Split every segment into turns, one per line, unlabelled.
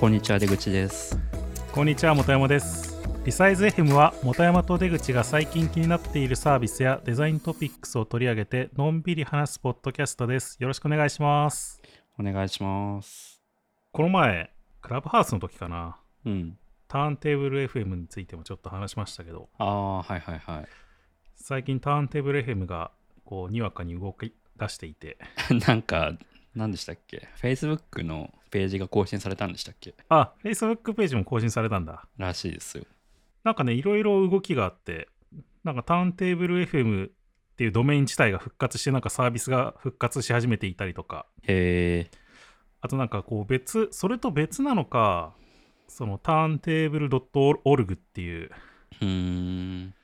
こんにちは出口です
こんにちは本山ですリサイズ FM は本山と出口が最近気になっているサービスやデザイントピックスを取り上げてのんびり話すポッドキャストですよろしくお願いします
お願いします
この前クラブハウスの時かな
うん
ターンテーブル FM についてもちょっと話しましたけど
ああはいはいは
最近ターンテーブル FM がこうにわかに動き出していて
い なんか何でしたっけ Facebook のページが更新されたんでしたっけ
あ Facebook ページも更新されたんだ
らしいですよ
なんかねいろいろ動きがあってなんかターンテーブル FM っていうドメイン自体が復活してなんかサービスが復活し始めていたりとか
へえ
あとなんかこう別、それと別なのか、そのターンテーブル .org っていう、
うーん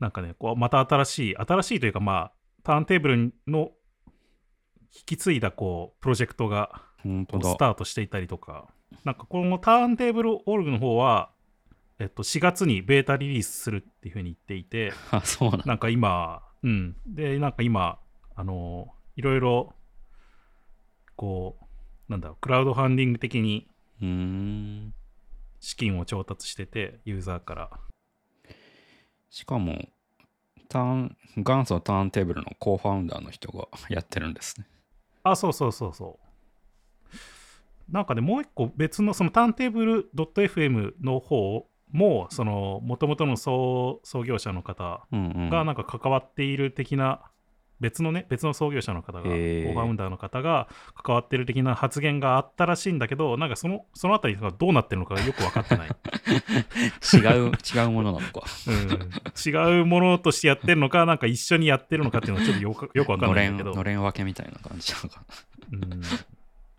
なんかね、こうまた新しい、新しいというかまあ、ターンテーブルの引き継いだこう、プロジェクトが
本当
こうス
だ
タートしていたりとか、なんかこのターンテーブル org の方は、えっと、4月にベータリリースするっていうふうに言っていて、
あそうなんだ
なんか今、うん。で、なんか今、あのいろいろ、こう、なんだろう、クラウドファンディング的に、
うーん
資金を調達しててユーザーから
しかもターン元祖ターンテーブルのコーファウンダーの人がやってるんですね
あそうそうそうそうなんかねもう一個別のそのターンテーブル .fm の方もその元々の創創業者の方
うんうん
がなんか関わっている的な別のね別の創業者の方がコ
へー
ーファウンダーの方が関わってる的な発言があったらしいんだけどなんかそのそのあたりがどうなってるのかよく分かってない、
違う 違うものなのか
うん、違うものとしてやってるのかなんか一緒にやってるのかっていうのはちょっとよくよく分か
の
んな
れ
いん
ん
だけど
のれん分けみたいな感じなのか
うんで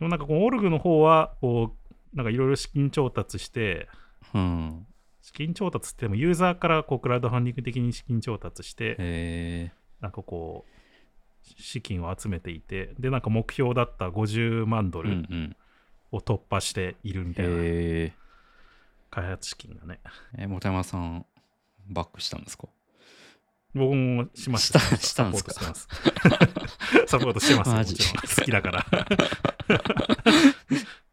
もなんかこのオルグの方はこうなんかいろいろ資金調達して
なうん
資金調達って言ってもユーザーからこうクラウドファンディング的に資金調達して
へえ
なんかこう資金を集めていてでなんか目標だった50万ド
うんう
ル
ん
を突破しているみたいな
へえ
開発資金がね
え本山さんバックしたんですか
僕もしました
したしたん
サポ
で
ー
す
ト
か
してますサポートしてますよ
マ
も
ジ
ちろん好き だから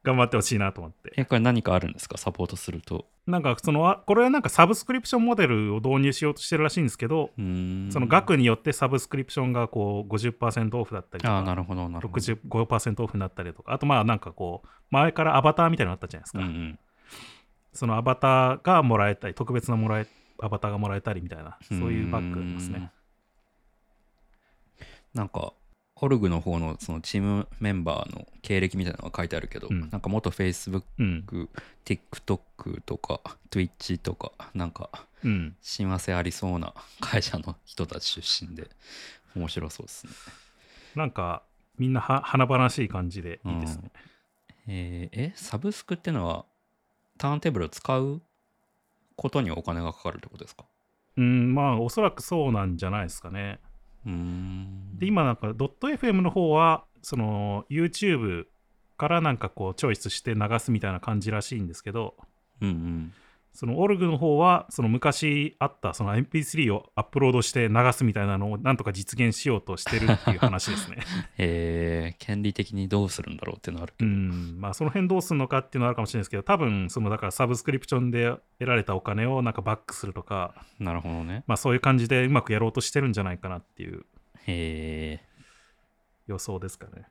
頑張ってほしいなと思って
えこれ何かあるんですかサポートすると
なんかそのあこれはなんかサブスクリプションモデルを導入しようとしてるらしいんですけど、
うーん
その額によってサブスクリプションがこう50%オフだったりと
ああ
か、
なるほどなるほど
65%オフになったりとか、あとまあなんかこう、前からアバターみたいなのあったじゃないです
う
か。
んうん
そのアバターがもらえたり、特別なもらえアバターがもらえたりみたいな、そういうバッグありますね。
なんかオルグの方のそのチームメンバーの経歴みたいなのが書いてあるけど、
うん
なんか元 Facebook、
うん。
TikTok とか Twitch とかなんか
うん。
親和性ありそうな会社の人たち出身で面白そうですね。
なんか、みんなは華々しい感じでいいですね。
えーえサブスクってのはターンテーブルを使うことにお金がかかるってことですか
うん、まあ、おそらくそうなんじゃないですかね。
うーん
で今なんかドット .fm の方はその YouTube からなんかこうチョイスして流すみたいな感じらしいんですけど
うんうん
そのオルグの方はその昔あったその MP3 をアップロードして流すみたいなのをなんとか実現しようとしてるっていう話です ね。
えー権利的にどうするんだろうっていうのはあるけ
う
ど、
んまあその辺どうするのかっていうのはあるかもしれないですけど多分そのだからサブスクリプションで得られたお金をなんかバックするとか
なるほどね
まあそういう感じでうまくやろうとしてるんじゃないかなっていう
え
予想ですかね。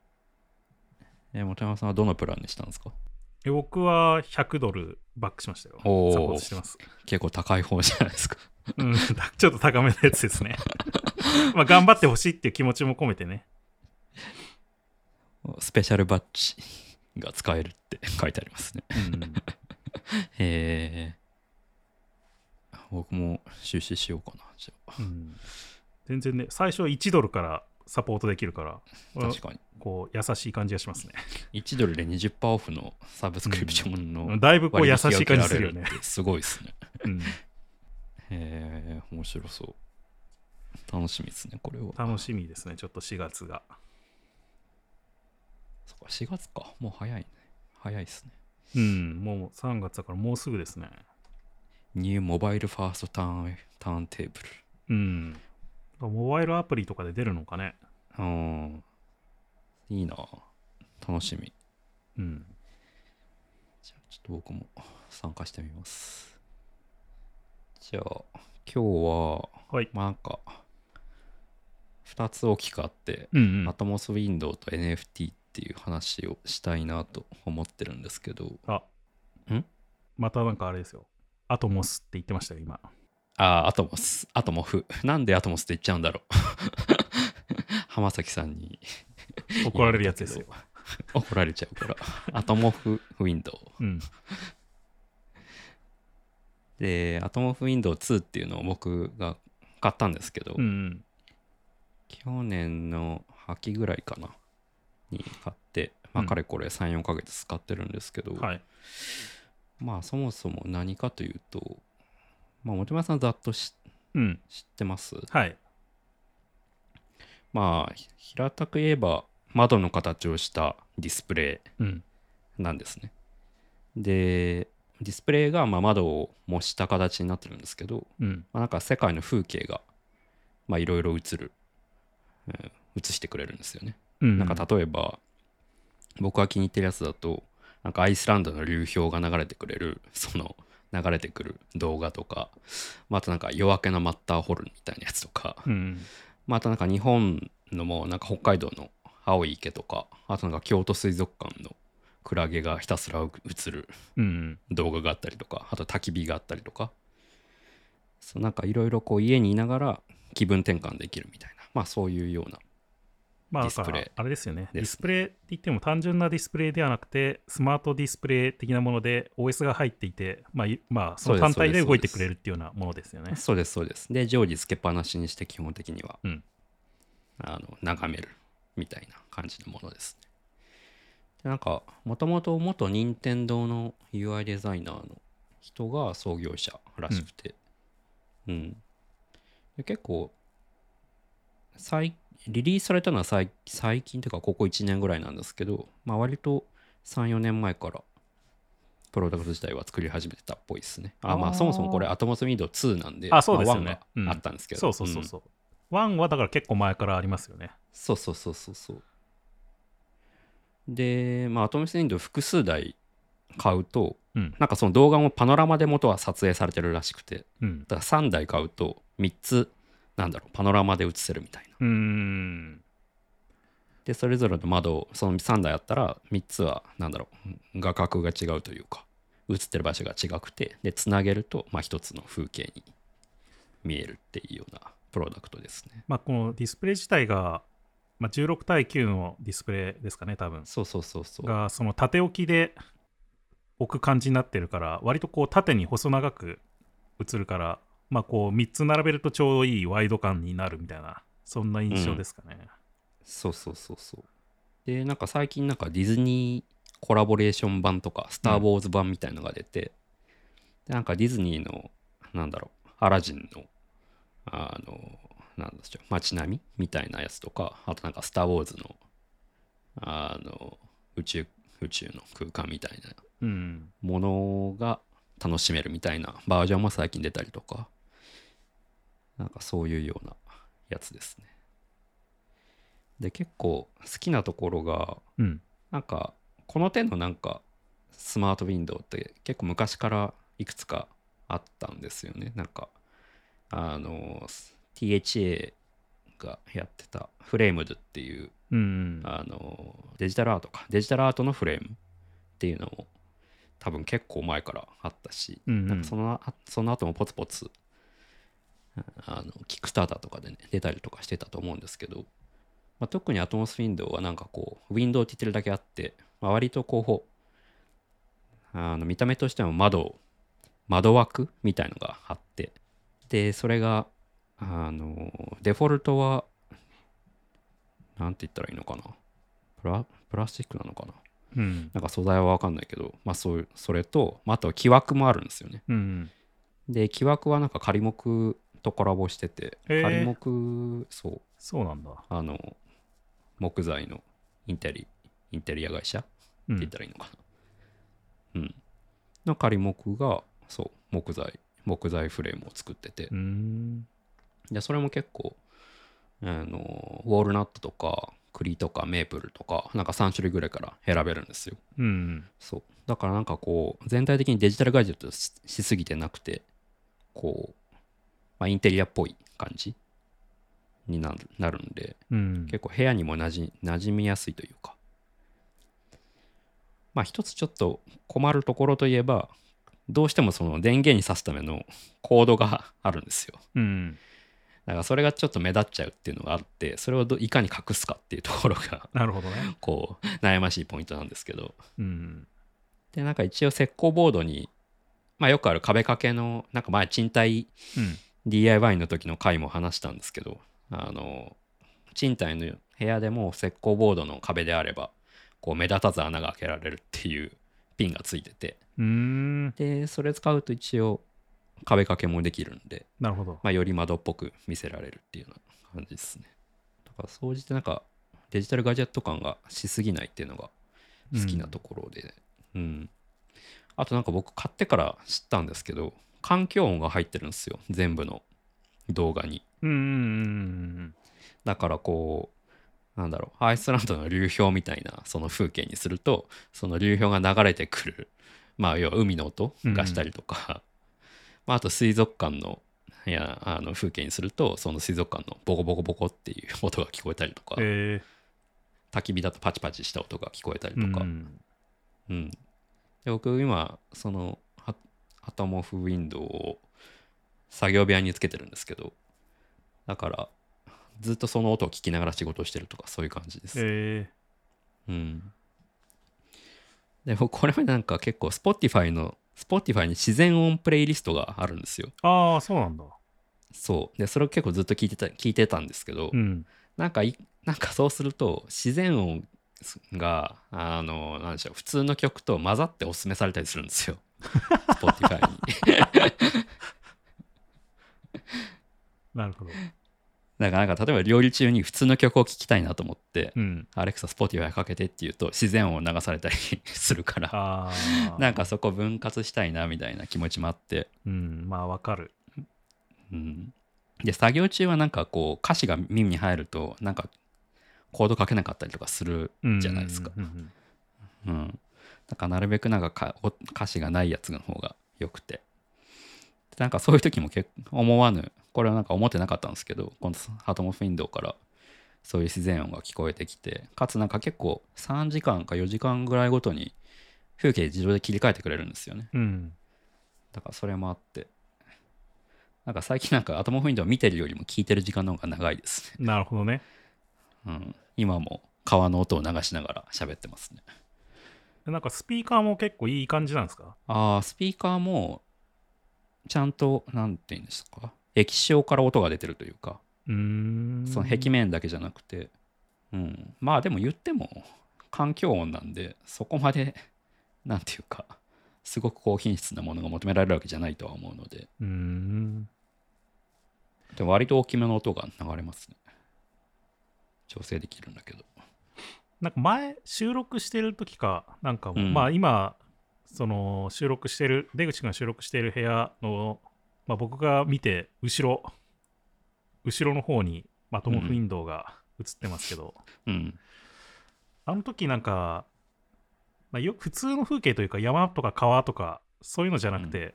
ー、え本山さんはどのプランにしたんですか
え僕は100ドルバックしましたよ。サ
おー
ポートしてます。
結構高い方じゃないですか
うん、 ちょっと高めのやつですね。まあ、頑張ってほしいっていう気持ちも込めてね。
スペシャルバッジが使えるって書いてありますね
うん、
えー、僕も出資しようかなじゃあ
うん全然ね、最初は1ドルからサポートできるから、
確かに
こう、優しい感じがしますね。
1ドルで20%オフのサブスクリプションの、
だいぶこう、
割
優
引
しい感じするよ
が
ね
受けられ。ってすごいですね。
う
へ
ん、
え、面白そう。楽しみですね、これを。
楽しみですね、ちょっと4月が。
そっか4月か。もう早いね。早いですね。
うん、もう3月だからもうすぐですね。
ニューモバイルファーストターンターンテーブル。
うん。モバイルアプリとかで出るのかね。
うん。いいな。楽しみ。
うん。
じゃあちょっと僕も参加してみます。じゃあ、今日は、
はい。
まあなんか、2つ大きくあって、
うんう
ア
ん。
トモスウィンドウと NFT っていう話をしたいなと思ってるんですけど、
あ、
ん
またなんかあれですよ。アトモスって言ってました よ、今。
あーアトモス、アトモフ。なんでアトモスって言っちゃうんだろう。浜崎さんに
怒られるやつですよ。
怒られちゃうから。アトモフウィンドウ。
うん。
で、アトモフウィンドウ2っていうのを僕が買ったんですけど、
うんうん。
去年の秋ぐらいかなに買って、まあ、
うん
かれこれ34ヶ月使ってるんですけど、
はい。
まあそもそも何かというと、まあ、本山さんざっとし
うん。
知ってます
はい。
まあひ平たく言えば窓の形をしたディスプレ
うん。
イなんですねでディスプレイがまあ窓を模した形になってるんですけど、
うん。
まあ、なんか世界の風景がまあいろいろ映る、うん、映してくれるんですよね
うん。
なんか例えば僕が気に入ってるやつだとなんかアイスランドの流氷が流れてくれるその流れてくる動画とか、まあ、あとなんか夜明けのマッターホルンみたいなやつとか、
うん。
まあ、あとなんか日本のもなんか北海道の青い池とかあとなんか京都水族館のクラゲがひたすら映る
うん。
動画があったりとかあと焚き火があったりとかそうなんかいろいろこう家にいながら気分転換できるみたいなまあそういうような
まあ、
デ
だ
ィス
か
プレイ
ら、あれですよね。
ね
ディスプレイって言っても単純なディスプレイではなくて、スマートディスプレイ的なもので、OS が入っていて、まあ、いまあ、その単体で動いてくれるっていうようなものですよね。
そうですそうですで常時つけっぱなしにして基本的には、
うん
あの眺めるみたいな感じのものですねでなんかもともと元任天堂の UI デザイナーの人が創業者らしくてうん、で結構最リリースされたのは最最近というかここ1年ぐらいなんですけど、まあ、割と34年前からプロダクト自体は作り始めてたっぽいですねあま
あ
あ
ー
そもそもこれアトモスウィンドウ2なんで
あそうですよね
まあ1があったんですけど、
そうそうそうそう。ワンはだから結構前からありますよね。
そうそうそうそうそう。で、まあ、アトムスインド複数台買うと、
うん。
なんかその動画もパノラマで元は撮影されてるらしくて、
うん。
だから3台買うと3つ、なんだろう、パノラマで映せるみたいな。
うーん。
で、それぞれの窓を、その3台あったら、3つは、なんだろう、画角が違うというか、映ってる場所が違くて、で、つなげると、まあ、1つの風景に見えるっていうようなプロダクトですね。
まあ、このディスプレイ自体が、まあ、16対9のディスプレイですかね、多分
そうそうそうそう。
が、その縦置きで置く感じになってるから、割とこう縦に細長く映るから、まあ、こう3つ並べるとちょうどいいワイド感になるみたいな、そんな印象ですかね。
そうそうそうそう。で、なんか最近なんかディズニーコラボレーション版とか、スター・ウォーズ版みたいのが出て、でなんかディズニーの、なんだろう、アラジンの、あの、なんでしょう、街並みみたいなやつとか、あとなんかスター・ウォーズの、あの、宇宙、宇宙の空間みたいな
うん。
ものが楽しめるみたいなバージョンも最近出たりとか、なんかそういうようなやつですね。で、結構好きなところが、
うん。
なんかこの手のなんかスマートウィンドウって結構昔からいくつかあったんですよね。なんか、あの、THA がやってたフレームズっていう
うん。
あのデジタルアートかデジタルアートのフレームっていうのも多分結構前からあったし、
うんうん
なんかそのあその後もポツポツあのキックスターターとかでね出たりとかしてたと思うんですけど、まあ、特にアトモスウィンドウはなんかこうウィンドウって言ってるだけあって、まあ、割とこうあの見た目としても窓を窓枠みたいのがあってでそれがあのデフォルトはなんて言ったらいいのかなプラプラスチックなのかな
うん。
なんか素材は分かんないけど、まあ、そういうそれと、まあ、あとは木枠もあるんですよね
うん。
で木枠はなんか仮木とコラボしてて
へー
仮木そう
そうなんだ。
あの木材のインテリインテリア会社って
う
言っ
ん。
たらいいのかなうん、の仮木がそう木材木材フレームを作ってて
う、ん。
でそれも結構あのウォールナットとか栗とかメープルとかなんか3種類ぐらいから選べるんですよ
うん。
そうだからなんかこう全体的にデジタルガジェットししすぎてなくてこう、まあ、インテリアっぽい感じになるなるんで
うん。
結構部屋にもなじ馴染みやすいというかまあ一つちょっと困るところといえばどうしてもその電源に挿すためのコードが あるんですよ
うん。
だからそれがちょっと目立っちゃうっていうのがあってそれをどいかに隠すかっていうところが
なるほどね。
こう悩ましいポイントなんですけど
うん。
でなんか一応石膏ボードにまあよくある壁掛けのなんか前賃貸
うん。
DIY の時の回も話したんですけどあの賃貸の部屋でも石膏ボードの壁であればこう目立たず穴が開けられるっていうピンがついてて
うーん。
でそれ使うと一応壁掛けもできるんで、
なるほど。
まあ、より窓っぽく見せられるっていうような感じですねだから総じてなんかデジタルガジェット感がしすぎないっていうのが好きなところで、うんあとなんか僕買ってから知ったんですけど環境音が入ってるんですよ全部の動画に
うん。うん。
だからこうなんだろうアイスランドの流氷みたいなその風景にするとその流氷が流れてくるまあ要は海の音がしたりとか、まあ、あと水族館のいやあの風景にするとその水族館のボコボコボコっていう音が聞こえたりとか、
え
焚き火だとパチパチした音が聞こえたり
え。う
とか、
ん。
うん、で僕今そのアアトモフウィンドウを作業部屋につけてるんですけどだからずっとその音を聞きながら仕事をしてるとかそういう感じです、
ええ。
うん、でもこれはなんか結構 Spotify の Spotify に自然音プレイリストがあるんですよ
ああ、そうなんだ。
そうでそれを結構ずっと聞いてた聞いてたんですけど、
うん。
なんかいなんかそうすると自然音があのなんでしょう普通の曲と混ざっておすすめされたりするんですよ Spotify に
な るほど。
だからなんか例えば料理中に普通の曲を聴きたいなと思って、
うん。
アレクサ Spotify かけてっていうと自然音を流されたりするから
ああ。
なんかそこ分割したいなみたいな気持ちもあって、
うん。まあ、わかる。
うん、で作業中はなんかこう歌詞が耳に入るとなんかコード書けなかったりとかする
うん
じゃないですか
うんうん
うん。だからなるべくなんかかお歌詞がないやつの方が良くて。でなんかそういう時も結構思わぬ、これはなんか思ってなかったんですけど、このハトモフィンドウからそういう自然音が聞こえてきて、かつなんか結構3時間か4時間ぐらいごとに風景自動で切り替えてくれるんですよね。
うん。うん
だからそれもあって。なんか最近なんかアトモフィンドウ見てるよりも聞いてる時間の方が長いですね。
なるほどね。
うん。今も川の音を流しながら喋ってますね。
なんかスピーカーも結構いい感じなんですか
ああ、スピーカーも、ちゃんと、なんて言うんですか、液晶から音が出てるというか、
うーん。
その壁面だけじゃなくて、うん、まあでも言っても、環境音なんで、そこまで、なんていうか、すごく高品質なものが求められるわけじゃないとは思うので、
うーん。
でも割と大きめの音が流れますね。調整できるんだけど。
なんか前、収録してる時か、なんかも、
うん
まあ今、その収録してる、出口が収録してる部屋の、まあ僕が見て、後ろ、後ろの方に、まあ、トモフウィンドウが映ってますけど、
うん、
あの時なんか、まあ、よ普通の風景というか、山とか川とか、そういうのじゃなくて、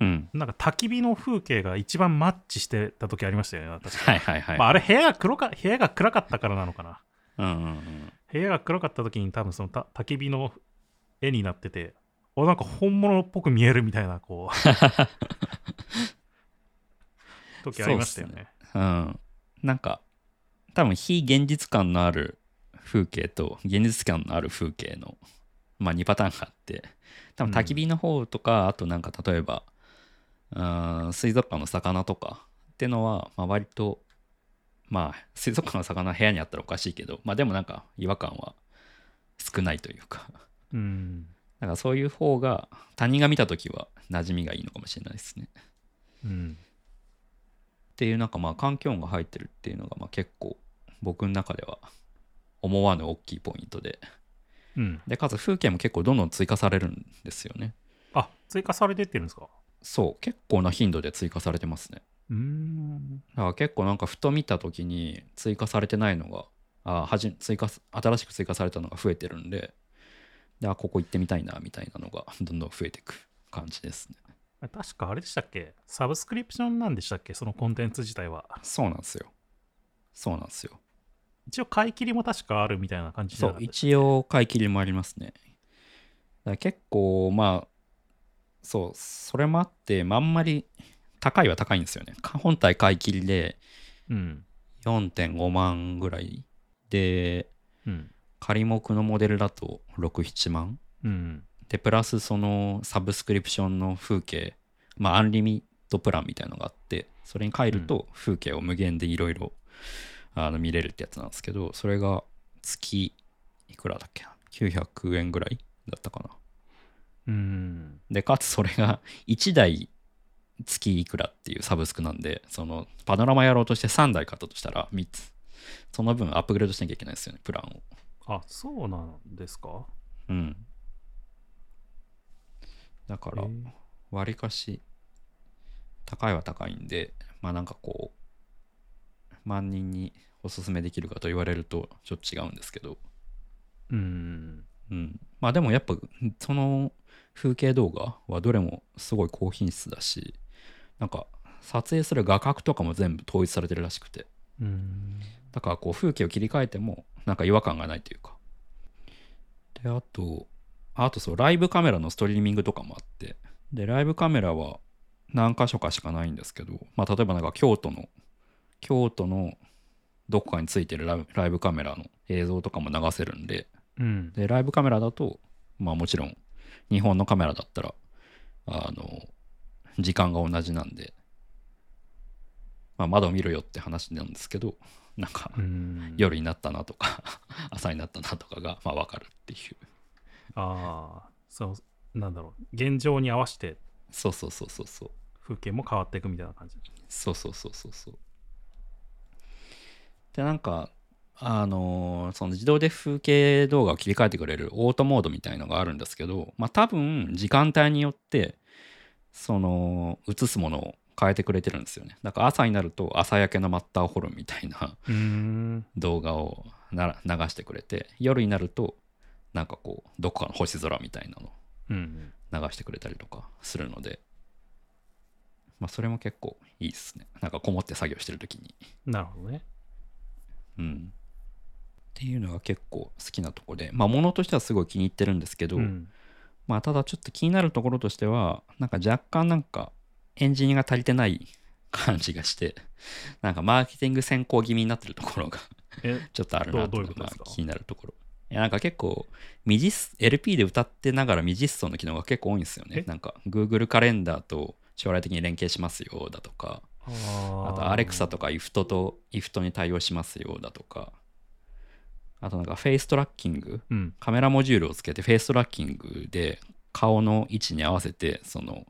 うん。
なんか焚き火の風景が一番マッチしてた時ありましたよね、私。
はいはいはい。
まあ、あれ部屋が黒か、部屋が暗かったからなのかな。
うんうんうん。
部屋が暗かった時に多分そのた焚き火の絵になってておなんか本物っぽく見えるみたいな こう時ありましたよね
うん、なんか多分非現実感のある風景と現実感のある風景の、まあ、2パターンがあって多分焚き火の方とか、あとなんか例えばうん水族館の魚とかってのは、まあ、割とまあ水族館の魚部屋にあったらおかしいけど、まあ、でもなんか違和感は少ないというか
うん
だからそういう方が他人が見た時は馴染みがいいのかもしれないですね。
うん
っていうなんかまあ環境音が入ってるっていうのがまあ結構僕の中では思わぬ大きいポイントで
うん
でかつ風景も結構どんどん追加されるんですよね
あ追加されてってるんですか
そう結構な頻度で追加されてますね
うーん
だから結構なんかふと見た時に追加されてないのがあはじ追加す新しく追加されたのが増えてるんでであここ行ってみたいなみたいなのがどんどん増えていく感じですね
確かあれでしたっけサブスクリプションなんでしたっけそのコンテンツ自体は。
そうなんですよそうなんですよ
一応買い切りも確かあるみたいな感じじ
そ
ゃ
う
なかったでしたっけ
一応買い切りもありますねだから結構まあそうそれもあって、まああんまり高いは高いんですよねか本体買い切りで
うん。
4.5万ぐらいで
うん。
仮目のモデルだと67万
うん。
でプラスそのサブスクリプションの風景まあアンリミットプランみたいのがあってそれに変えると風景を無限でいろいろあの見れるってやつなんですけどそれが月いくらだっけな900円ぐらいだったかな
うん。
でかつそれが1台月いくらっていうサブスクなんでそのパノラマやろうとして3台買ったとしたら3つその分アップグレードしなきゃいけないですよねプランを
あ、そうなんですか
うんだから
へえ
わりかし高いは高いんでまあなんかこう万人におすすめできるかと言われるとちょっと違うんですけど
うん。
うんまあでもやっぱその風景動画はどれもすごい高品質だしなんか撮影する画角とかも全部統一されてるらしくて
うん。
だからこう風景を切り替えてもなんか違和感がないというかであとあとそうライブカメラのストリーミングとかもあってでライブカメラは何箇所かしかないんですけど、まあ、例えばなんか京都の京都のどこかについてるライブライブカメラの映像とかも流せるんで
うん。
でライブカメラだとまあもちろん日本のカメラだったらあの時間が同じなんで、まあ、窓見るよって話なんですけどなんか
うん、
夜になったなとか 朝になったなとかがまあ分かるっていう
ああ、そう、なんだろう。現状に合わせて
そうそうそうそうそう
風景も変わっていくみたいな感じ。
そうそうそうそうそうでなんかあのーその自動で風景動画を切り替えてくれるオートモードみたいのがあるんですけどまあ多分時間帯によってその映すものを変えてくれてるんですよねだから朝になると朝焼けのマッターホルンみたいな
うん。
動画をなら流してくれて夜になるとなんかこうどこかの星空みたいなの
うん。
流してくれたりとかするので、まあ、それも結構いいですねなんかこもって作業してる時に
なるほどね。
うんっていうのが結構好きなとこでまあ物としてはすごい気に入ってるんですけど、
うん。
まあただちょっと気になるところとしてはなんか若干なんかエンジニアが足りてない感じがしてなんかマーケティング先行気味になってるところが
え、
ちょっとあるな
ど
とい
うどういう
う
こと
のが
ですか
気になるところ。いやなんか結構未実、LP で歌ってながら未実装の機能が結構多いんですよね
え。
なんか Google カレンダーと将来的に連携しますよだとか、あ
あ
と
ー
Alexa とか IFT と IFT に対応しますよだとか、あとなんかフェイストラッキング、
うん。
カメラモジュールをつけてフェイストラッキングで顔の位置に合わせてその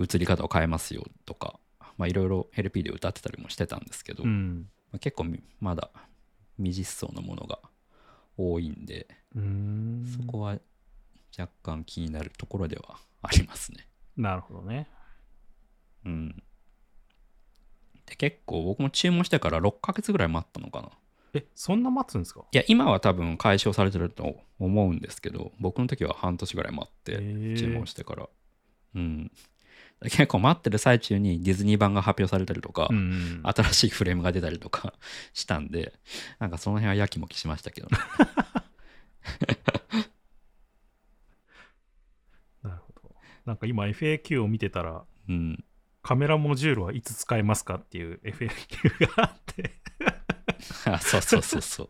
映り方を変えますよとか、まあいろいろ LP で歌ってたりもしてたんですけど、
うん。
まあ結構みまだ未実装のものが多いんで、
うん。
そこは若干気になるところではありますね。
なるほどね。
うん。で、結構僕も注文してから6ヶ月ぐらい待ったのかな。
え、そんな待つんですか
いや、今は多分解消されてると思うんですけど、僕の時は半年ぐらい待って、注文してから。うん。結構待ってる最中にディズニー版が発表されたりとか、
うんうん、
新しいフレームが出たりとか したんで、なんかその辺はやきもきしましたけどね。
なるほど。なんか今 FAQ を見てたら、
うん。
カメラモジュールはいつ使えますかっていう FAQ があって、
あそうそうそうそう。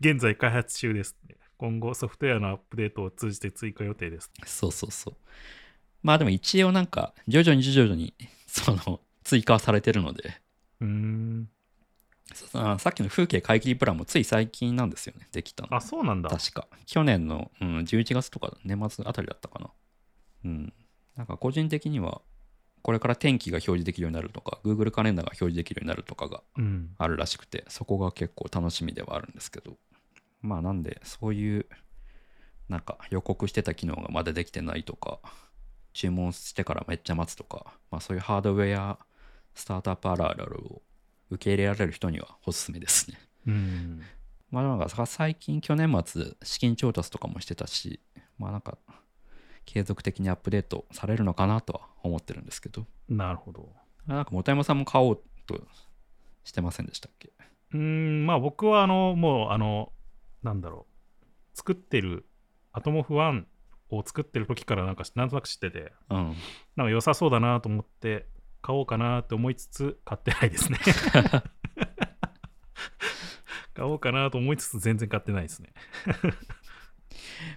現在開発中です、ね。今後ソフトウェアのアップデートを通じて追加予定です。
そうそうそう。まあでも一応なんか、徐々に徐々に、その、追加はされてるので、
うーん。
そあさっきの風景買い切りプランもつい最近なんですよね、できたの。
あ、そうなんだ。
確か。去年の、うん、11月とか年末あたりだったかな。うん。なんか個人的には、これから天気が表示できるようになるとか、Google カレンダーが表示できるようになるとかが
うん。
あるらしくてそこが結構楽しみではあるんですけどまあなんでそういうなんか予告してた機能がまだできてないとか注文してからめっちゃ待つとか、まあ、そういうハードウェアスタートアップあるあるを受け入れられる人にはおすすめですね
うん。
まあなんかさ最近去年末資金調達とかもしてたし、まあなんか継続的にアップデートされるのかなとは思ってるんですけど、
なるほど。
あなんか本山さんも買おうとしてませんでしたっけ
うーん、まあ僕はあの、もうあの、なんだろう、作ってる、アトモフ1を作ってる時からなんかなんとなく知ってて、
うん。
なんか良さそうだなと思って、買おうかなと思いつつ、買ってないで すね。買おうかなと思いつつ、全然買ってないですね。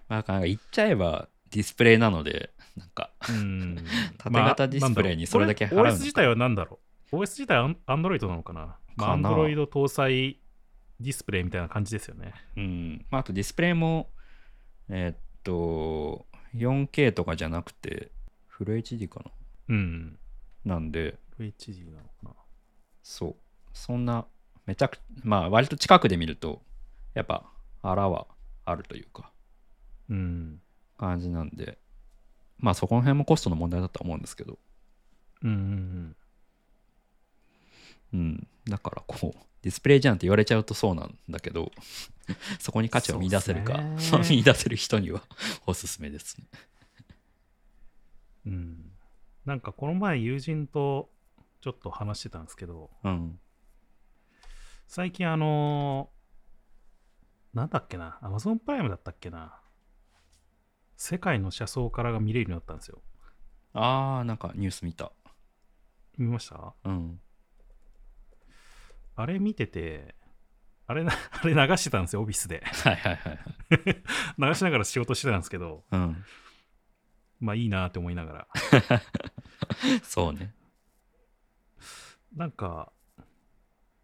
まあなんか言っちゃえばディスプレイなので、なんか
うーん
縦型ディスプレイにそれだけ払うの
ま
か
あなんろう OS 自体は何だろう ?OS 自体はアンドロイドなのかなまあ、ア
か
ン
な
ドロイド搭載ディスプレイみたいな感じですよね。
うんまあ、あとディスプレイも、えーっと、4K とかじゃなくて、フル HD か
うん。
ななんで、
HD なのかな
そう、そんな、めちゃく、まあ、割と近くで見ると、やっぱ、あらはあるというか、
うん。
感じなんで、まあ、そこの辺もコストの問題だとは思うんですけど、
うんうん
う
うん。
ん、だから、こう、ディスプレイじゃんって言われちゃうとそうなんだけど、 そこに価値を見出せるか、
そうっすね
見出せる人にはおすすめですね。
うん。なんかこの前友人とちょっと話してたんですけど、
うん。
最近あのーなんだっけな、Amazon プライムだったっけな。世界の車窓からが見れるようになったんですよ。
ああ、なんかニュース見た。
見ました
うん。
あれ見てて、あれな、 あれ流してたんですよ、オフィスで。
はいはいはいはい。
流しながら仕事してたんですけど、
うん。
まあいいなって思いながら。
そうね。
なんか、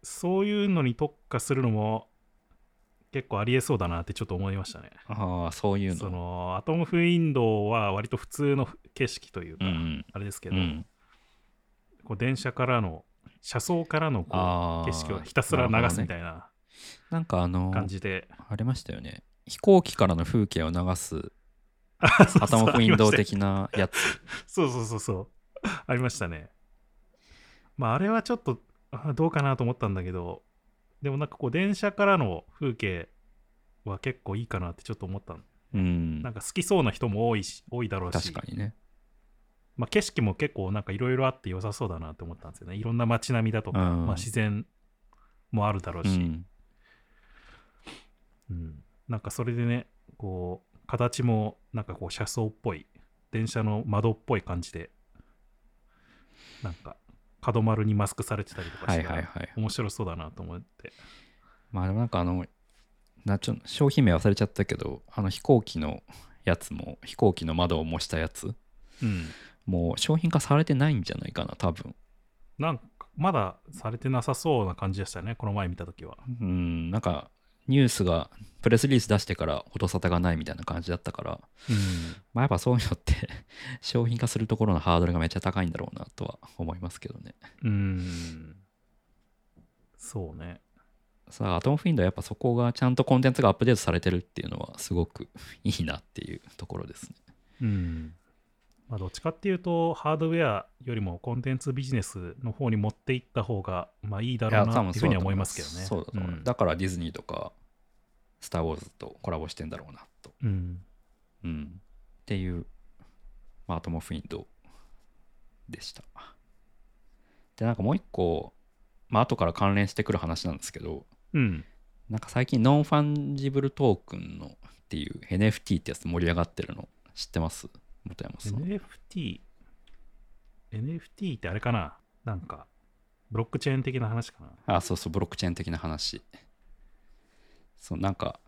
そういうのに特化するのも結構ありえそうだなってちょっと思いましたね。
ああ、そういうの。
その、アトムフウィンドウは割と普通の景色という
う
か、
ん
あれですけ
うん。
ど、
うん。
こう電車からの、車窓からのこ
あ
う
あ。
景色をひたすら流すみ
なるほどね。
たいな
なんかあの、
感じで。
ありましたよね。飛行機からの風景を流 す、
そう
頭
そう
フィンドウ的なやつ。
そうそうそうそう。ありましたね。まあ、あれはちょっと、あどうかなと思ったんだけど、でもなんかこう、電車からの風景は結構いいかなってちょっと思ったの。
うん
なん。か好きそうな人も多いし、多いだろうし
確、かにね。
まあ、景色も結構なんかいろいろあって良さそうだなって思ったんですよね。いろんな街並みだとか、
うん
まあ、自然もあるだろう
う
し、
ん。
うんなんかそれでね、こう、形もなんかこう、車窓っぽい、電車の窓っぽい感じで、なんか、角丸にマスクされてたりとか
は
し
い
て、
はいはい。
面白そうだなと思って。
まあでもなんかあの、なちょ商品名忘れちゃったけど、あの飛行機のやつも、飛行機の窓を模したやつ、
うん。
もう商品化されてないんじゃないかな、多分。
なんか、まだされてなさそうな感じでしたね、この前見たときは。
うん、なんかニュースがプレスリリース出してから音沙汰がないみたいな感じだったから、まあ、やっぱそういうのって 商品化するところのハードルがめっちゃ高いんだろうなとは思いますけどね。
うん。うん。そうね。
さあ、アトムフィンドはやっぱそこがちゃんとコンテンツがアップデートされてるっていうのはすごくいいなっていうところですね。
うん。まあ、どっちかっていうと、ハードウェアよりもコンテンツビジネスの方に持っていった方が、まあいいだろうなっていうふうには思いますけどね。
そうだと思う。
ん
だからディズニーとか、スター・ウォーズとコラボしてんだろうなと。
うん。
うん。っていう、まあ、アトモフィンドでした。で、なんかもう一個、まあ、後から関連してくる話なんですけど、
うん。
なんか最近ノンファンジブルトークンのっていう NFT ってやつ盛り上がってるの知ってます本山さん。
NFT。NFT ってあれかななんか、ブロックチェーン的な話かな
あ、そうそう、ブロックチェーン的な話。そう、なんか、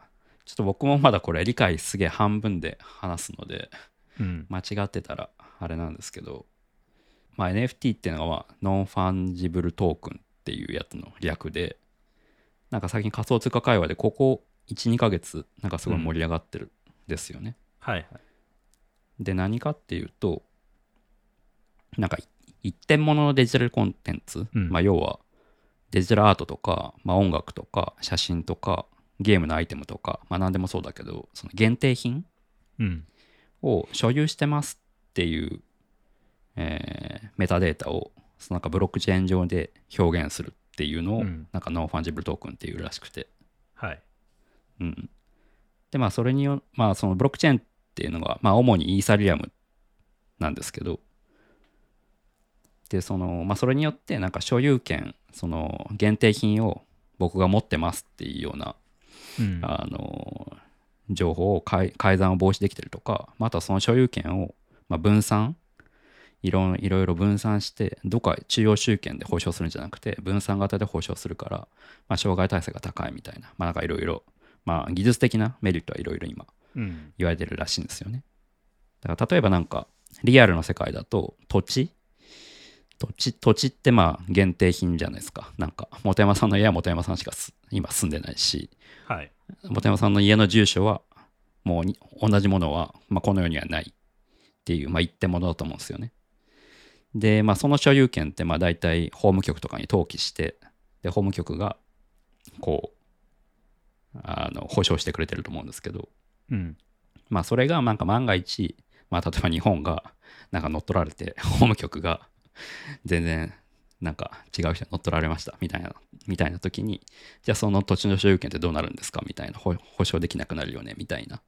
ちょっと僕もまだこれ理解すげえ半分で話すので、
うん。
間違ってたらあれなんですけど、まあ、NFT っていうのがまあノンファンジブルトークンっていうやつの略でなんか最近仮想通貨界隈でここ12ヶ月なんかすごい盛り上がってるんですよね、
はいはい。
で何かっていうとなんか一点物のデジタルコンテンツ、
うん
まあ、要はデジタルアートとか、まあ、音楽とか写真とかゲームのアイテムとか、まあ、何でもそうだけどその限定品
うん。
を所有してますっていう、えーメタデータをそのなんかブロックチェーン上で表現するっていうのを、
うん
なんかノンファンジブルトークンっていうらしくて
はい。
うん。で、まあ、それによ、まあ、そのブロックチェーンっていうのが、まあ、主にイーサリアムなんですけど、で、その、まあ、それによって、なんか所有権、その、限定品を僕が持ってますっていうような、
うん。
あの、情報を改改ざんを防止できてるとか、まああとはその所有権を、まあ、分散いろ、いろいろ分散して、どっか中央集権で保障するんじゃなくて、分散型で保障するから、まあ、障害対策が高いみたいな、まあ、なんかいろいろ、まあ、技術的なメリットはいろいろ今
うん。
言われてるらしいんですよね。だから例えばなんかリアルの世界だと土地土地土地ってまあ限定品じゃないですか。なんか本山さんの家は本山さんしかす今住んでないし
はい。
本山さんの家の住所はもうに同じものは、まあ、この世にはないっていう、まあ、一点物だと思うんですよね。で、まあ、その所有権ってまあ大体法務局とかに登記してで法務局がこうあの保証してくれてると思うんですけど
うん。
まあそれがなんか万が一、まあ例えば日本がなんか乗っ取られて、法務局が全然なんか違う人に乗っ取られましたみたいな、みたいな時に、じゃあその土地の所有権ってどうなるんですかみたいな、ほ保証できなくなるよねみたいな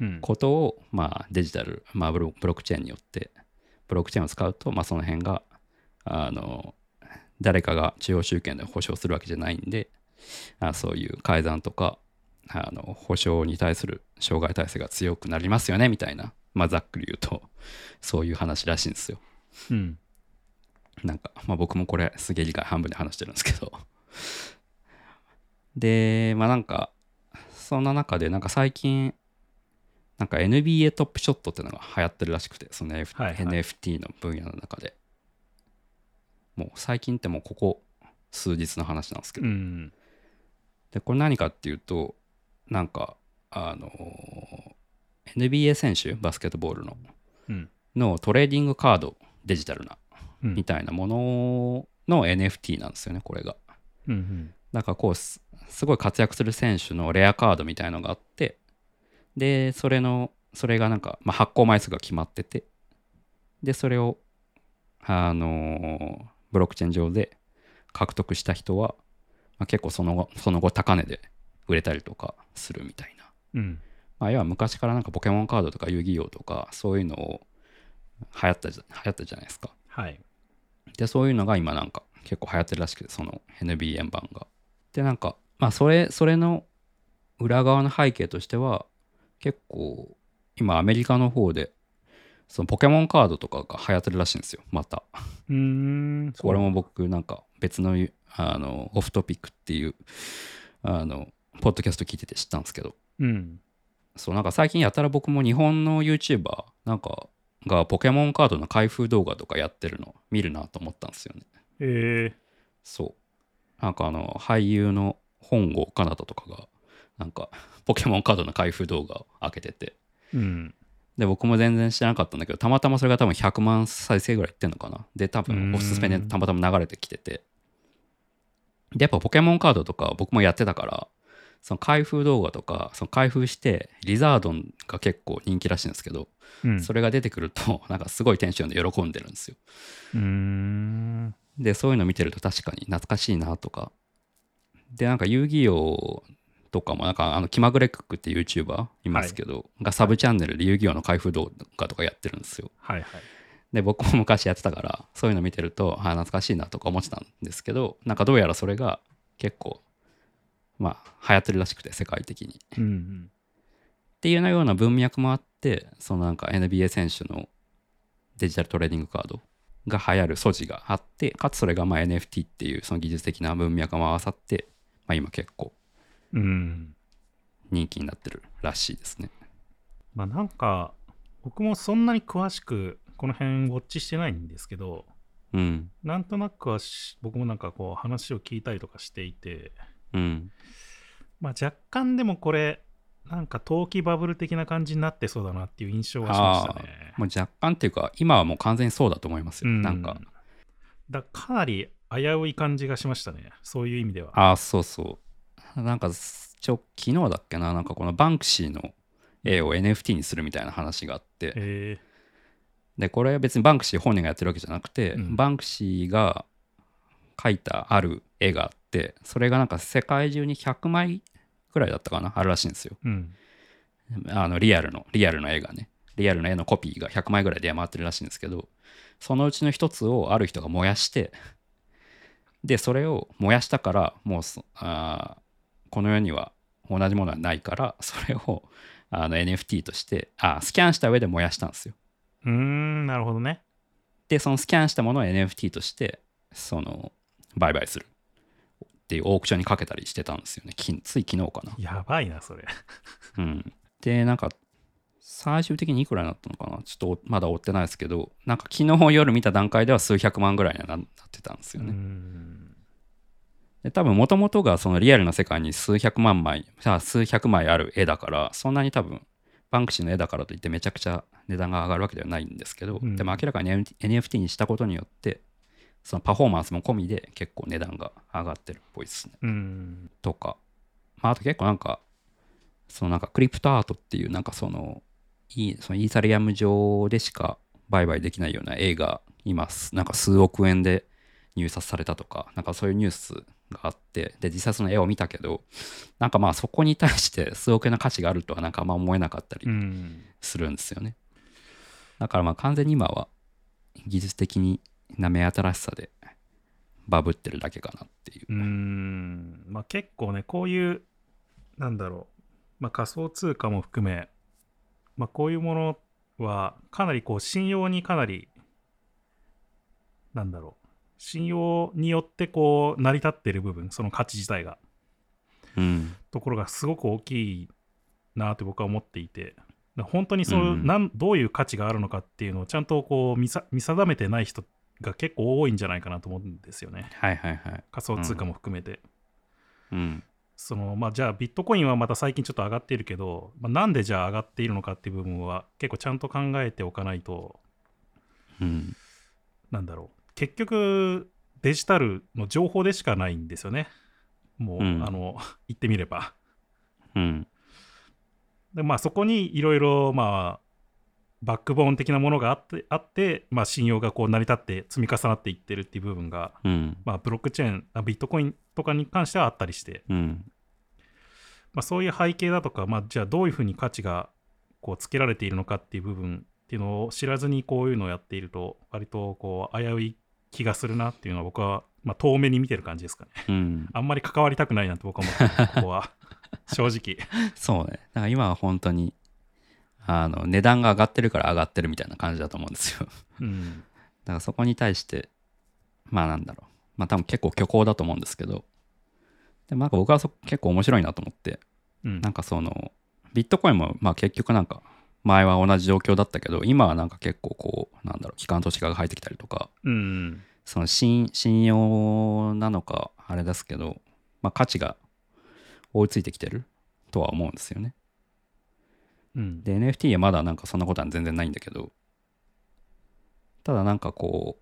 うん。
ことを、まあデジタル、まあブロブロックチェーンによって、ブロックチェーンを使うと、まあその辺が、あの、誰かが中央集権で保証するわけじゃないんで、あそういう改ざんとか、あの保証に対する障害体制が強くなりますよねみたいな、まあ、ざっくり言うとそういう話らしいんですよ
うん。
なんか、まあ、僕もこれすげえ理解半分で話してるんですけどでまあなんかそんな中でなんか最近なんか NBA トップショットっていうのが流行ってるらしくてその F
はいはい
NFT の分野の中でもう最近ってもうここ数日の話なんですけど
うん。
でこれ何かっていうとなんかあのー NBA 選手バスケットボールの
うん。
のトレーディングカードデジタルな
うん
みたいなものの NFT なんですよねこれが
うん。
なんかこうすすごい活躍する選手のレアカードみたいのがあってでそれのそれがなんか、まあ、発行枚数が決まっててでそれをあのーブロックチェーン上で獲得した人は、まあ、結構その後その後高値で売れたりとかするみたいな、
うん。
まあ、要は昔からなんかポケモンカードとか遊戯王とかそういうのを流行ったじゃ流行ったじゃないですか
はい。
でそういうのが今なんか結構流行ってるらしくてその NBA 円盤が。でなんかまあそれそれの裏側の背景としては結構今アメリカの方でそのポケモンカードとかが流行ってるらしいんですよまた。
うーん。
これも僕なんか別のあのオフトピックっていうあのポッドキャスト聞いてて知ったんですけど
うん。
そうなんか最近やたら僕も日本の YouTuber なんかがポケモンカードの開封動画とかやってるの見るなと思ったんですよね。
え
そう。なんかあの、俳優の本郷奏多とかが、なんか、 ポケモンカードの開封動画を開けてて、
ー。うん。
で、僕も全然知らなかったんだけど、たまたまそれが多分100万再生ぐらいいってんのかな。で、多
うー
分
ん
おすすめでたまたま流れてきてて。で、やっぱポケモンカードとか僕もやってたから、その開封動画とか、その開封して、リザードンが結構人気らしいんですけど、
うん。
そ
れ。
れが出てくると、 なんかすごいテンションで喜んでるんですよ。
うーん。
で、そういうの見てると確かに懐かしいなとか。で、なんか遊戯王とかも、なんかあの気まぐれクックって YouTuber いますけど、がサブチャンネルで遊戯王の開封動画とかやってるんですよ。
はいはい。
で、僕も昔やってたから、そういうの見てると、あ懐かしいなとか思ってたんですけど、なんかどうやらそれが結構、まあ、流行ってるらしくて、世界的に。
うんうん。
っていうような文脈もあってそのなんか NBA 選手のデジタルトレーディングカードが流行る素地があってかつそれがまあ NFT っていうその技術的な文脈も合わさって、まあ、今結構
うん。
人気になってるらしいですね。
まあなんか、僕もそんなに詳しく、この辺ウォッチしてないんですけど、
うん
なんとなくはし僕もなんかこう話を聞いたりとかしていて、
うん
まあ、若干でもこれなんか投機バブル的な感じになってそうだなっていう印象はしましたね。
もう若干っていうか今はもう完全にそうだと思いますよ。
う
なんか
だかなり危うい感じがしましたね。そういう意味では。
ああそうそうなんかちょ昨日だっけななんかこのバンクシーの絵を NFT にするみたいな話があって、
え
でこれは別にバンクシー本人がやってるわけじゃなくて、
うん
バンクシーが描いたある絵があってそれがなんか世界中に100枚くらいだったかなあるらしいんですよ。
うん。
あのリアルの、リアルの絵がね、リアルの絵のコピーが100枚ぐらい出回ってるらしいんですけど、そのうちの一つをある人が燃やして、で、それを燃やしたから、もうそあーこの世には同じものはないから、それをあの NFT としてあ、スキャンした上で燃やしたんですよ。
うーん、なるほどね。
で、そのスキャンしたものを NFT として、その、売買するっていうオークションにかけたりしてたんですよね。きつい昨日かな。
やばいな、それ。
うん、でなんか最終的にいくらになったのかなちょっとまだ追ってないですけどなんか昨日夜見た段階では数百万ぐらいにはななってたんです
う
よね、
ーん。
で多分もともとがそのリアルな世界に数百万枚あ数百枚ある絵だからそんなに多分バンクシーの絵だからといってめちゃくちゃ値段が上がるわけではないんですけど、
うん
でも明らかに NFT にしたことによってそのパフォーマンスも込みで結構値段が上がってるっぽいですね
うーん。
とか、まあ、あと結構なんか、そのなんかクリプトアートっていうなんかその、いそのイーサリアム上でしか売買できないような映画今すなんか数億円で入札されたとか、なんかそういうニュースがあって、で、実際その絵を見たけど、なんかまあそこに対して数億円の価値があるとはなんかあんま思えなかったり
うん。
するんですよね。だからまあ完全に今は技術的になめ新しさでバブってるだけかなっていう
うー。ん。まあ結構ね、こういう、なんだろう、まあ仮想通貨も含め、まあこういうものは、かなりこう、信用にかなり、なんだろう、信用によってこう、成り立ってる部分、その価値自体が、
うん。
ところがすごく大きいなって僕は思っていて、だ本当にそ
うん
の、
うん
なんどういう価値があるのかっていうのをちゃんとこう見さ見定めてない人が結構多いんじゃないかなと思うんですよね
はいはいはい。
仮想通貨も含めて、
うん。
そのまあじゃあビットコインはまた最近ちょっと上がっているけど、まあ、なんでじゃあ上がっているのかっていう部分は結構ちゃんと考えておかないと
うん、
なんだろう結局デジタルの情報でしかないんですよねもう、
うん
あの 言ってみれば
うん、
でまあそこにいろいろまあバックボーン的なものがあってあって、まあ、信用がこう成り立って積み重なっていってるっていう部分が、
うん、
まあ、ブロックチェーンあビットコインとかに関してはあったりして
うん、
まあ、そういう背景だとか、まあ、じゃあどういうふうに価値がこうつけられているのかっていう部分っていうのを知らずにこういうのをやっていると割とこう危うい気がするなっていうのは僕は、まあ、遠目に見てる感じですかね。
うん、
あんまり関わりたくないなって僕は思ってるここは正 直。
そうね。だから今は本当に、あの、値段が上がってるから上がってるみたいな感じだと思うんですよ。だ
うん
からそこに対して、まあなんだろう。まあ多分結構虚構だと思うんですけど、でもなんか僕はそ結構面白いなと思って、
うん
なんかその、ビットコインもまあ結局なんか、前は同じ状況だったけど、今はなんか結構こう、なんだろう、機関投資家が入ってきたりとか、
うん
その信信用なのかあれですけど、まあ、価値が追いついてきてるとは思うんですよね。
うん
で NFT はまだなんかそんなことは全然ないんだけどただなんかこ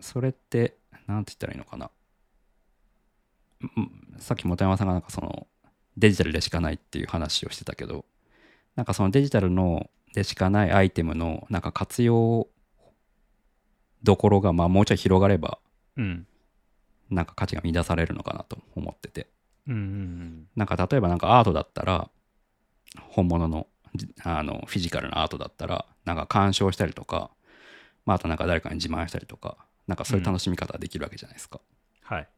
うそれってなんて言ったらいいのかなうんさっき本山さんがなんかそのデジタルでしかないっていう話をしてたけどなんかそのデジタルのでしかないアイテムのなんか活用どころがまあもうちょい広がれば
うん
なんか価値が見出されるのかなと思ってて
うんうん
なんか例えばなんかアートだったら本物のじあのフィジカルなアートだったらなんか鑑賞したりとか、まあ、あとなんか誰かに自慢したりとかなんかそういう楽しみ方ができるわけじゃないですか、
はい。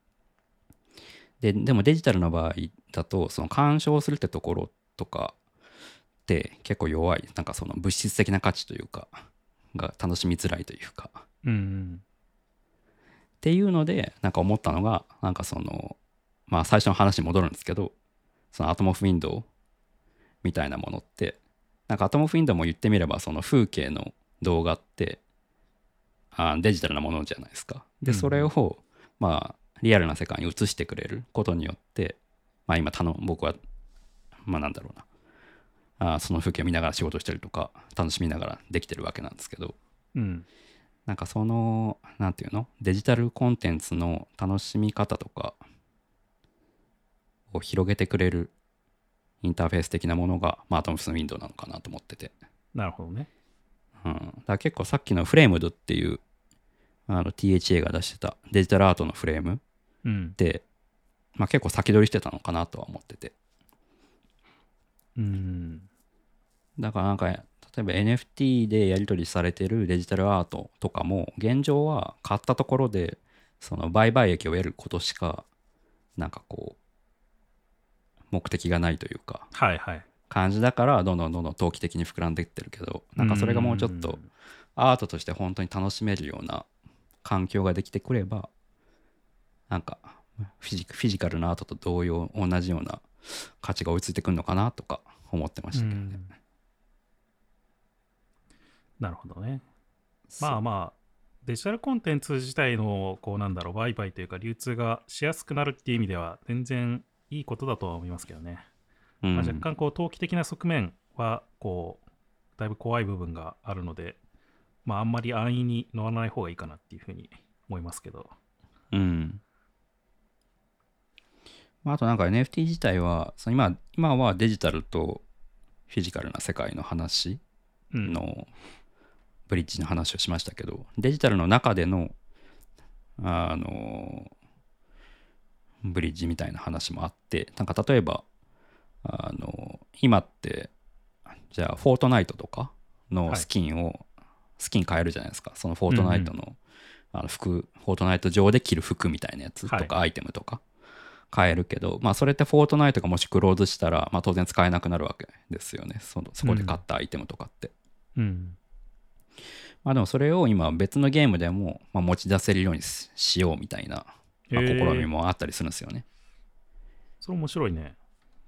ででもデジタルの場合だとその鑑賞するってところとかって結構弱いなんかその物質的な価値というかが楽しみづらいというか
うん
っていうのでなんか思ったのがなんかそのまあ最初の話に戻るんですけどそのアトモフウィンドウみたいなものってなんかアトモフウィンドウも言ってみればその風景の動画ってあデジタルなものじゃないですか。で
うん
それをまあリアルな世界に移してくれることによってまあ今たの僕はまあなんだろうなあその風景を見ながら仕事してるとか楽しみながらできてるわけなんですけど
うんうん
なんかその、なんていうのデジタルコンテンツの楽しみ方とかを広げてくれるインターフェース的なものが、まあ、アトムスウィンドウなのかなと思ってて。
なるほどね。
うん、だから結構さっきのフレームドっていうあの THA が出してたデジタルアートのフレームっ
うん
て、まあ、結構先取りしてたのかなとは思ってて。
うん。
だからなんか、例えば NFT でやり取りされてるデジタルアートとかも、現状は買ったところで、その売買益を得ることしか、なんかこう、目的がないというか、
はいはい。
感じだから、どんどんどんどん投機的に膨らんでいってるけど、なんかそれがもうちょっと、アートとして本当に楽しめるような環境ができてくれば、なんかフィジ、フィジカルなアートと同様、同じような価値が追いついてくるのかなとか思ってま
う
したけどね。
ん。なるほどね。まあまあ、デジタルコンテンツ自体の、こうなんだろう、売買というか流通がしやすくなるっていう意味では、全然いいことだとは思いますけどね。
あ、うん
まあ、若干、こう、投機的な側面は、こう、だいぶ怖い部分があるので、まあ、あんまり安易に乗らない方がいいかなっていうふうに思いますけど。
うん。まあ、あとなんか NFT 自体は、その今今はデジタルとフィジカルな世界の話
うん。
のブリッジの話をしましたけど、デジタルの中での、あの、ブリッジみたいな話もあって、なんか例えば、あの、今って、じゃあ、フォートナイトとかのスキンを、スキン変えるじゃないですか、そのフォートナイトの,、あの服、フォートナイト上で着る服みたいなやつとか、アイテムとか変えるけど、まあ、それってフォートナイトがもしクローズしたら、まあ、当然使えなくなるわけですよね、そのそこで買ったアイテムとかって。
うん。
まあでもそれを今別のゲームでも、まあ、持ち出せるようにししようみたいな、まあ
え
試
ー
みもあったりするんですよね。
それ面白いね。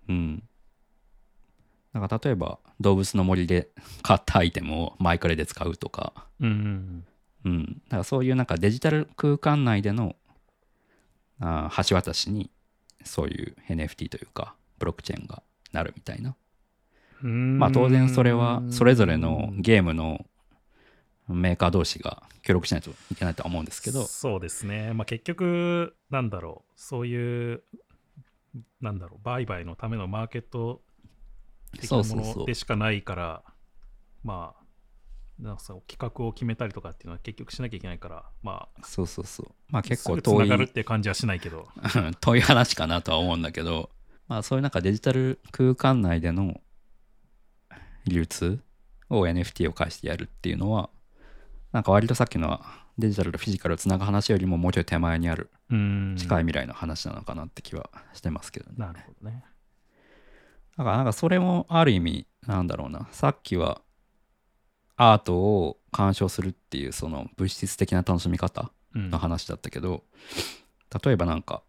うん。だから例えば動物の森で買ったアイテムをマイクレで使うとか、
うんうんう
う
ん。
ん。だからそういうなんかデジタル空間内でのあー橋渡しにそういう NFT というかブロックチェーンがなるみたいな。ま
ま
あ当然それはそれぞれのゲームのメーカー同士が協力しないといけないとは思うんですけど、
そうですね、まあ、結局なんだろうそういうなんだろう売買のためのマーケット的
そう
な
そう
も
そう
ので。しかないからまあなんかさ企画を決めたりとかっていうのは結局しなきゃいけないからまあ
そうそうそう。まあ結構
つ
遠、
ないがるって感じはしないけど
遠い話かなとは思うんだけど、まあそういうなんかデジタル空間内での流通を NFT を介してやるっていうのは、なんか割とさっきのデジタルとフィジカルをつなぐ話よりももうちょい手前にある
うん
近い未来の話なのかなって気はしてますけどね。
なるほどね
だからなんかそれもある意味なんだろうなさっきはアートを鑑賞するっていうその物質的な楽しみ方
うん
の話だったけど、例えばなんか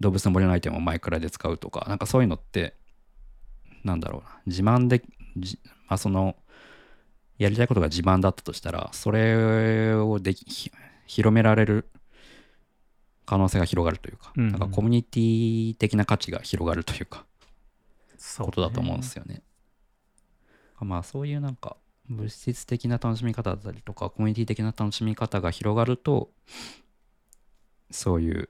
動物の森のアイテムをマイクラで使うとかなんかそういうのってなんだろうな自慢でじまあ、そのやりたいことが自慢だったとしたらそれをできひ広められる可能性が広がるというか、
うんうん
なんかコミュニティ的な価値が広がるというか
そう
ことだと思うんです
よ
よね。まあそういうなんか物質的な楽しみ方だったりとかコミュニティ的な楽しみ方が広がるとそういう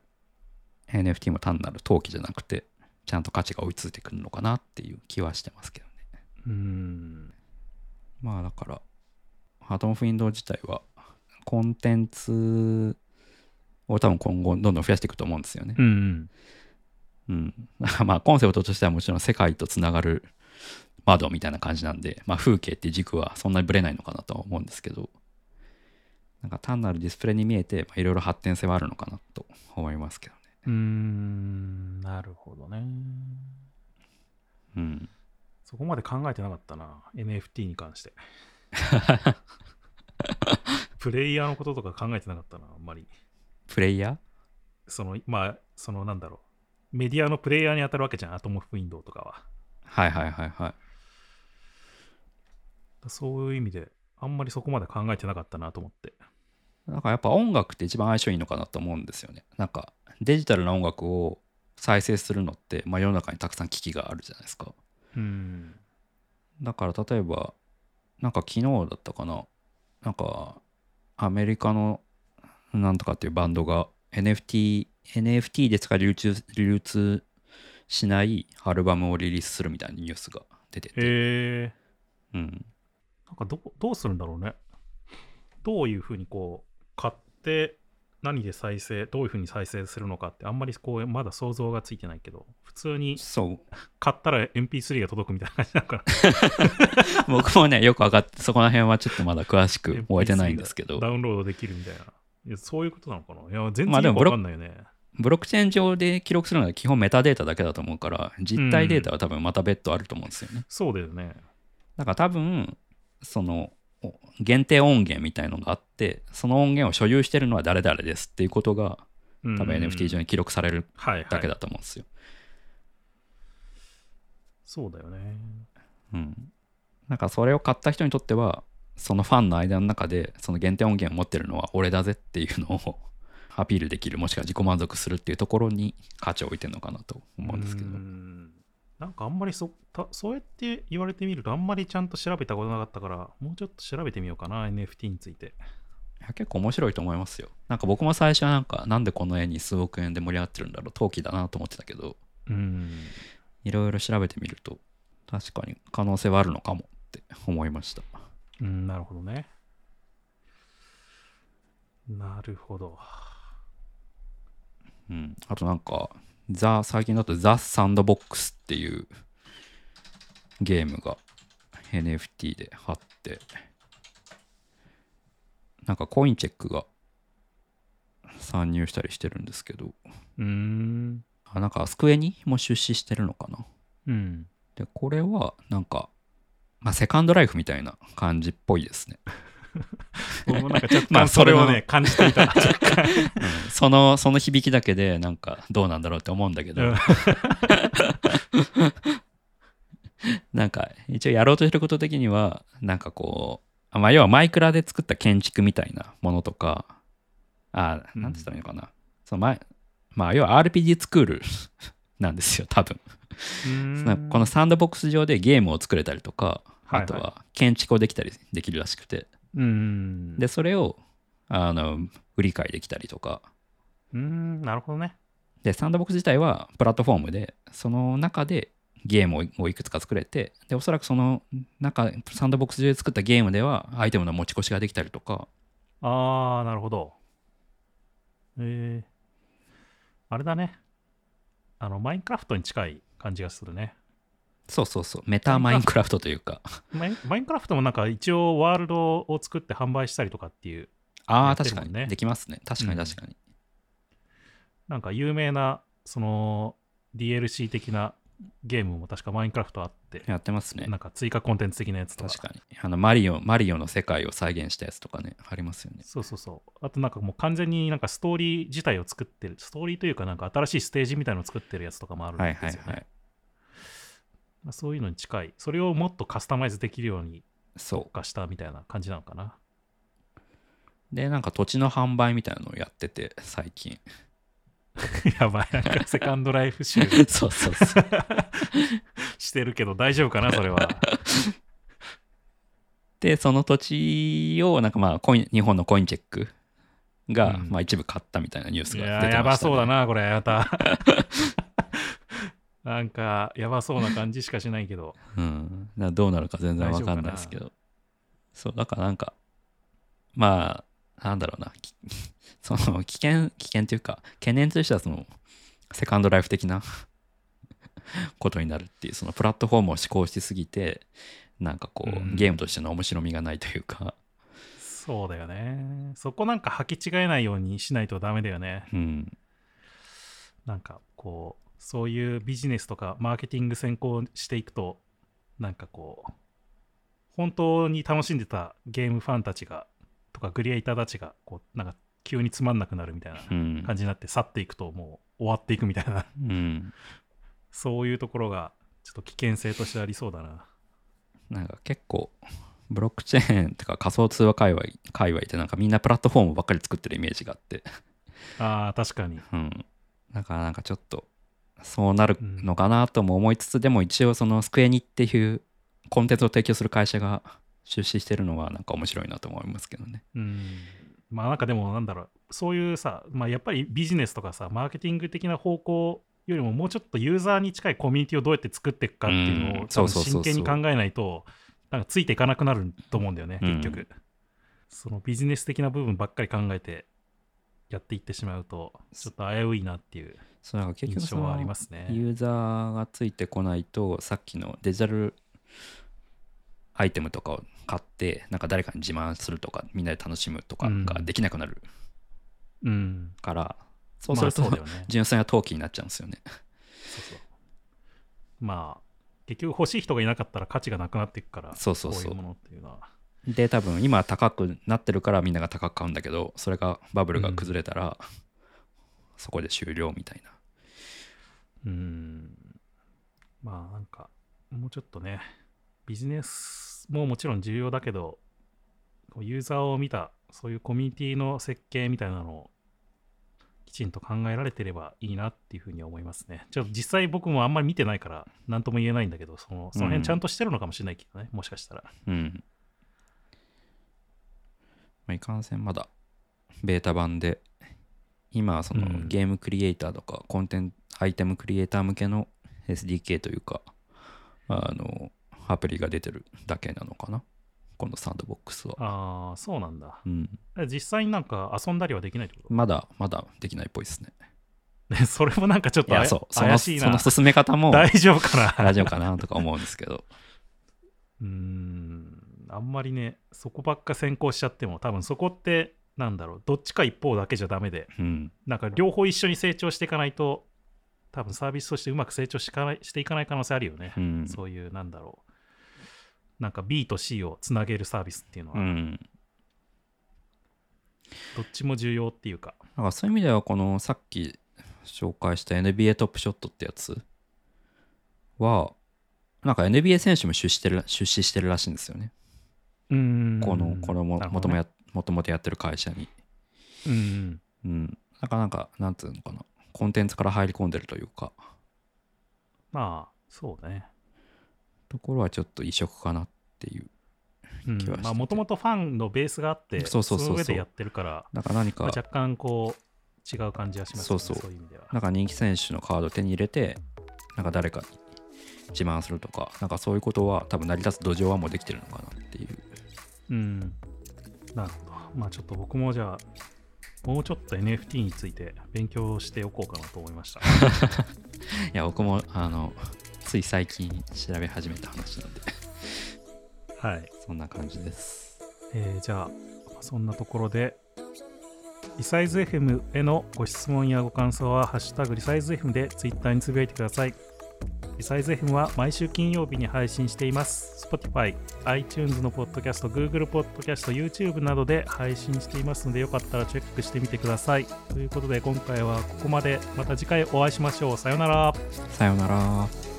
NFT も単なる投機じゃなくてちゃんと価値が追いついてくるのかなっていう気はしてますけどね。
うん
まあだからハトムフィンドウ自体はコンテンツを多分今後どんどん増やしていくと思うんですよね。
うんうん
うん、まあコンセプトとしてはもちろん世界とつながる窓みたいな感じなんで、まあ、風景っていう軸はそんなにぶれないのかなとは思うんですけどなんか単なるディスプレイに見えてまあいろいろ発展性はあるのかなと思いますけどね。
うんなるほどね
うん、
そこまで考えてなかったな、NFT に関 して。プレイヤーのこととか考えてなかったな、あんまり。
プレイヤ
その、まあ、その、なんだろう。メディアのプレイヤーに当たるわけじゃん、アトムフィンドウとかは。
ーはいはいはいはい。
そういう意味で、あんまりそこまで考えてなかったなと思って。
なんかやっぱ音楽って一番相性いいのかなと思うんですよね。なんかデジタルな音楽を再生するのって、まあ、世の中にたくさん機器があるじゃないですか。
うん。
だから例えばなんか昨日だったかななんかアメリカのなんとかっていうバンドが NFT, NFT でしか流通流通しないアルバムをリリースするみたいなニュースが出てて、
へえ
うん、
なんかど、どうするんだろうね。どういうふうにこう、買って、何で再生、どういうふうに再生するのかって、あんまりこう、まだ想像がついてないけど、普通に
そう
買ったら MP3 が届くみたいな感じなのかな。
僕もねよく分かってそこら辺はちょっとまだ詳しく終えてないんですけ
MP3
ど
がダウンロードできるみたいな。いやそういうことなのかないや、全
まあで
然よ
もブ
くわ
ロッ
かんないよね。
ブロックチェーン上で記録するのは基本メタデータだけだと思うから実体データは多分また別途あると思うんですよね、
そうだよね。
だから多分そのお限定音源みたいのがあってその音源を所有してるのは誰々ですっていうことが
うん
多分 NFT 上に記録される
はいはい、
だけだと思うんですよ、
そうだよね。
うん、なんかそれを買った人にとってはそのファンの間の中でその限定音源を持ってるのは俺だぜっていうのを アピールできるもしくは自己満足するっていうところに価値を置いてるのかなと思うんですけど
うんなんかあんまりそたそうやって言われてみるとあんまりちゃんと調べたことなかったからもうちょっと調べてみようかな NFT について
いや結構面白いと思いますよなんか僕も最初はなんかなんでこの絵に数億円で盛り上がってるんだろう陶器だなと思ってたけど
うん
いろいろ調べてみると確かに可能性はあるのかもって思いました
うんなるほどねなるほど
うんあとなんかザ最近だとザ・サンドボックスっていうゲームが NFT で貼ってなんかコインチェックが参入したりしてるんですけど
うん
あなんかスクエニも出資してるのかな
うん
でこれはなんか、まあ、セカンドライフみたいな感じっぽいですね
僕もなんかちょっ と、
まあ
それを
それ
ね感じ ていた
そのその響きだけでなんかどうなんだろうって思うんだけど、
うん
なんか一応やろうとしてること的にはなんかこうまあ要はマイクラで作った建築みたいなものとかあ
うん
なんて言ったらいいのかな、その前まあ要は RPG 作るなんですよ多分
うん
なんかこのサンドボックス上でゲームを作れたりとか、
はいはい
あとは建築をできたりできるらしくて
うん
でそれをあの売り買いできたりとか
うんなるほどね
でサンドボックス自体はプラットフォームでその中でゲームをいくつか作れてでおそらくその中サンドボックス上で作ったゲームではアイテムの持ち越しができたりとか
ああなるほどえー、あれだねあのマインクラフトに近い感じがするね
そうそうそうメタマインクラフトというか
マインマインクラフトもなんか一応ワールドを作って販売したりとかっていう
あ
や
あ
ってる
確
も
か
んね
にできますね確かに確かに、
なんか有名なその DLC 的なゲームも確かマインクラフトあって
やってますね
なんか追加コンテンツ的なやつとか
確かにあのマリオマリオの世界を再現したやつとかねありますよね
そうそうそうあとなんかもう完全になんかストーリー自体を作ってるストーリーというかなんか新しいステージみたいのを作ってるやつとかもあるんです
は
よ
い
ね、
はいはい
まあ、そういうのに近いそれをもっとカスタマイズできるように
そ
化したみたいな感じなのかな
うでなんか土地の販売みたいなのをやってて最 近
やばい、なんかセカンドライフ集
そうそうそう
してるけど大丈夫かな、それは。
でその土地をなんかまあコイン日本のコインチェックが、
うん
まあ、一部買ったみ たいなニュース
い
が
や
出
ー、
て
や
ま
ば
した、ね、
そうだな、これ、また。 なんか、やばそうな感じしかしないけど。
うん、だからどうなるか全然わかんないですけどそうだからなんかまあなんだろうなき その危険危険というか懸念としてはそのセカンドライフ的な ことになるっていうそのプラットフォームを試行しすぎてなんかこう、
うん
ゲームとしての面白みがないというか、
そうだよね。そこなんか履き違えないようにしないとダメだよね。
うん、
なんか、こう、そういうビジネスとかマーケティング先行していくと、なんかこう、本当に楽しんでたゲームファンたちが、とかクリエイターたちが、こう、なんか急につまんなくなるみたいな。
うん
感じになって去っていくともう終わっていくみたいな
うん、
そういうところがちょっと危険性としてありそうだな
なんか結構ブロックチェーンとか仮想通話界隈界隈ってなんかみんなプラットフォームばっかり作ってるイメージがあって、
あー確かに
うん、だからなんかちょっとそうなるのかなとも思いつつ、でも一応そのスクエニっていうコンテンツを提供する会社が出資してるのはなんか面白いなと思いますけどね。
うんまあなんかでもなんだろうそういうさ、まあ、やっぱりビジネスとかさマーケティング的な方向よりももうちょっとユーザーに近いコミュニティをどうやって作っていくかっていうの
う
を
んそうそう
多分
そうそ
真
う
剣に考えないとなんかついていかなくなると思うんだよね
うん
結局、そのビジネス的な部分ばっかり考えてやっていってしまうと、ちょっと危ういなっていう
そうなんか結局
印
そ
象は
の
ありますね。
ユーザーがついてこないとさっきのデジタルアイテムとかを買ってなんか誰かに自慢するとかみんなで楽しむとかができなくなる
うん。
から、そうすると、
まあそうだよね。
純粋な投機になっちゃうんですよね。
そうそうまあ、結局欲しい人がいなかったら価値がなくなっていくから、
そうそうそう
こういうものっていうのは。
で多分今高くなってるからみんなが高く買うんだけどそれがバブルが崩れたら、そこで終了みたいな
うん。まあ、なんか、もうちょっとね、ビジネスももちろん重要だけど、こうユーザーを見た、そういうコミュニティの設計みたいなのを、きちんと考えられてればいいなっていうふうに思いますね。ちょっと実際僕もあんまり見てないから、なんとも言えないんだけど、そのその
うん
辺ちゃんとしてるのかもしれないけどね、もしかしたら。
うん、まあ、いかんせんまだベータ版で今はその、
うん
ゲームクリエイターとかコンテンツアイテムクリエイター向けの SDK というかあのアプリが出てるだけなのかなこのサンドボックスは、
ああ、そうなんだ。
うん、
実際になんか遊んだりはできないってこと
まだまだできないっぽいですね
ね、それもなんかちょっ
い
とあ
や
や
そうその
怪しい
そ
な
の。進め方も
大丈夫かな。
大丈夫かなとか思うんですけど
うーん、あんまりね、そこばっか先行しちゃっても、多分そこって、なんだろう、どっちか一方だけじゃダメで、
うん
なんか両方一緒に成長していかないと、多分サービスとしてうまく成長しかないしていかない可能性あるよね
う。ん
そういう、なんだろう。なんか B と C をつなげるサービスっていうの
う
は、
ん
どっちも重要っていうか。
なんかそういう意味ではこのさっき紹介した NBA トップショットってやつはなんか NBA 選手も出資してる出資してるらしいんですよね。
うーん
このこのも
なるほ
もと
どね
もやもともとやってる会社に。
うんうん。
うん。なんかなんかなんつうのかなコンテンツから入り込んでるというか
まあ、そうね。
ところはちょっと異色かなっていう。
うん
気はしてて
まあもともとファンのベースがあって、
そうそうそうそう
の上でやってるから、
なんか何
まあ
か
若干こう、違う感じはしますよね。
そうそう
いう意味では。
なんか人気選手のカード手に入れてなんか誰かに自慢するとかなんかそういうことは多分成り立つ土壌はもうできてるのかなっていう。
うん。なるほど。まあちょっと僕もじゃあ、もうちょっと NFT について勉強しておこうかなと思い ました。
いや、僕も、あの、つい最近調べ始めた話なんで、
はい。
そんな感じです。
えーじゃあ、そんなところで、リサイズ FM へのご質問やご感想は、ハッシュタグリサイズ FM で Twitter につぶやいてください。リサイズ FM は毎週金曜日に配信しています。Spotify、iTunes のポッドキャスト、Google ポッドキャスト、YouTube などで配信していますので、よかったらチェックしてみてください。ということで、今回はここまで。また次回お会いしましょう。さようなら。
さようなら。